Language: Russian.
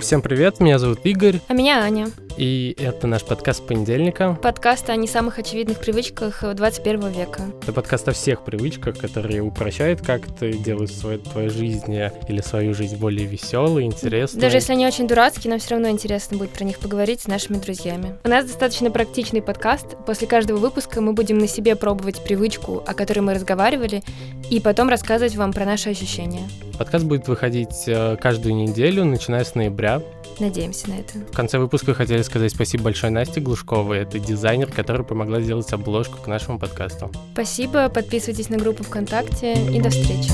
Всем привет, меня зовут Игорь, А меня Аня. и это наш подкаст с понедельника. Подкаст о не самых очевидных привычках э, 21 века. Это подкаст о всех привычках, которые упрощают как-то и делают свою, твою жизнь э, или свою жизнь более веселой, интересной. Даже если они очень дурацкие, нам все равно интересно будет про них поговорить с нашими друзьями. У нас достаточно практичный подкаст. После каждого выпуска мы будем на себе пробовать привычку, о которой мы разговаривали, и потом рассказывать вам про наши ощущения. Подкаст будет выходить э, каждую неделю, начиная с ноября. Надеемся на это. В конце выпуска хотели сказать спасибо большое Насте Глушковой. Это дизайнер, которая помогла сделать обложку к нашему подкасту. Спасибо, подписывайтесь на группу ВКонтакте и до встречи.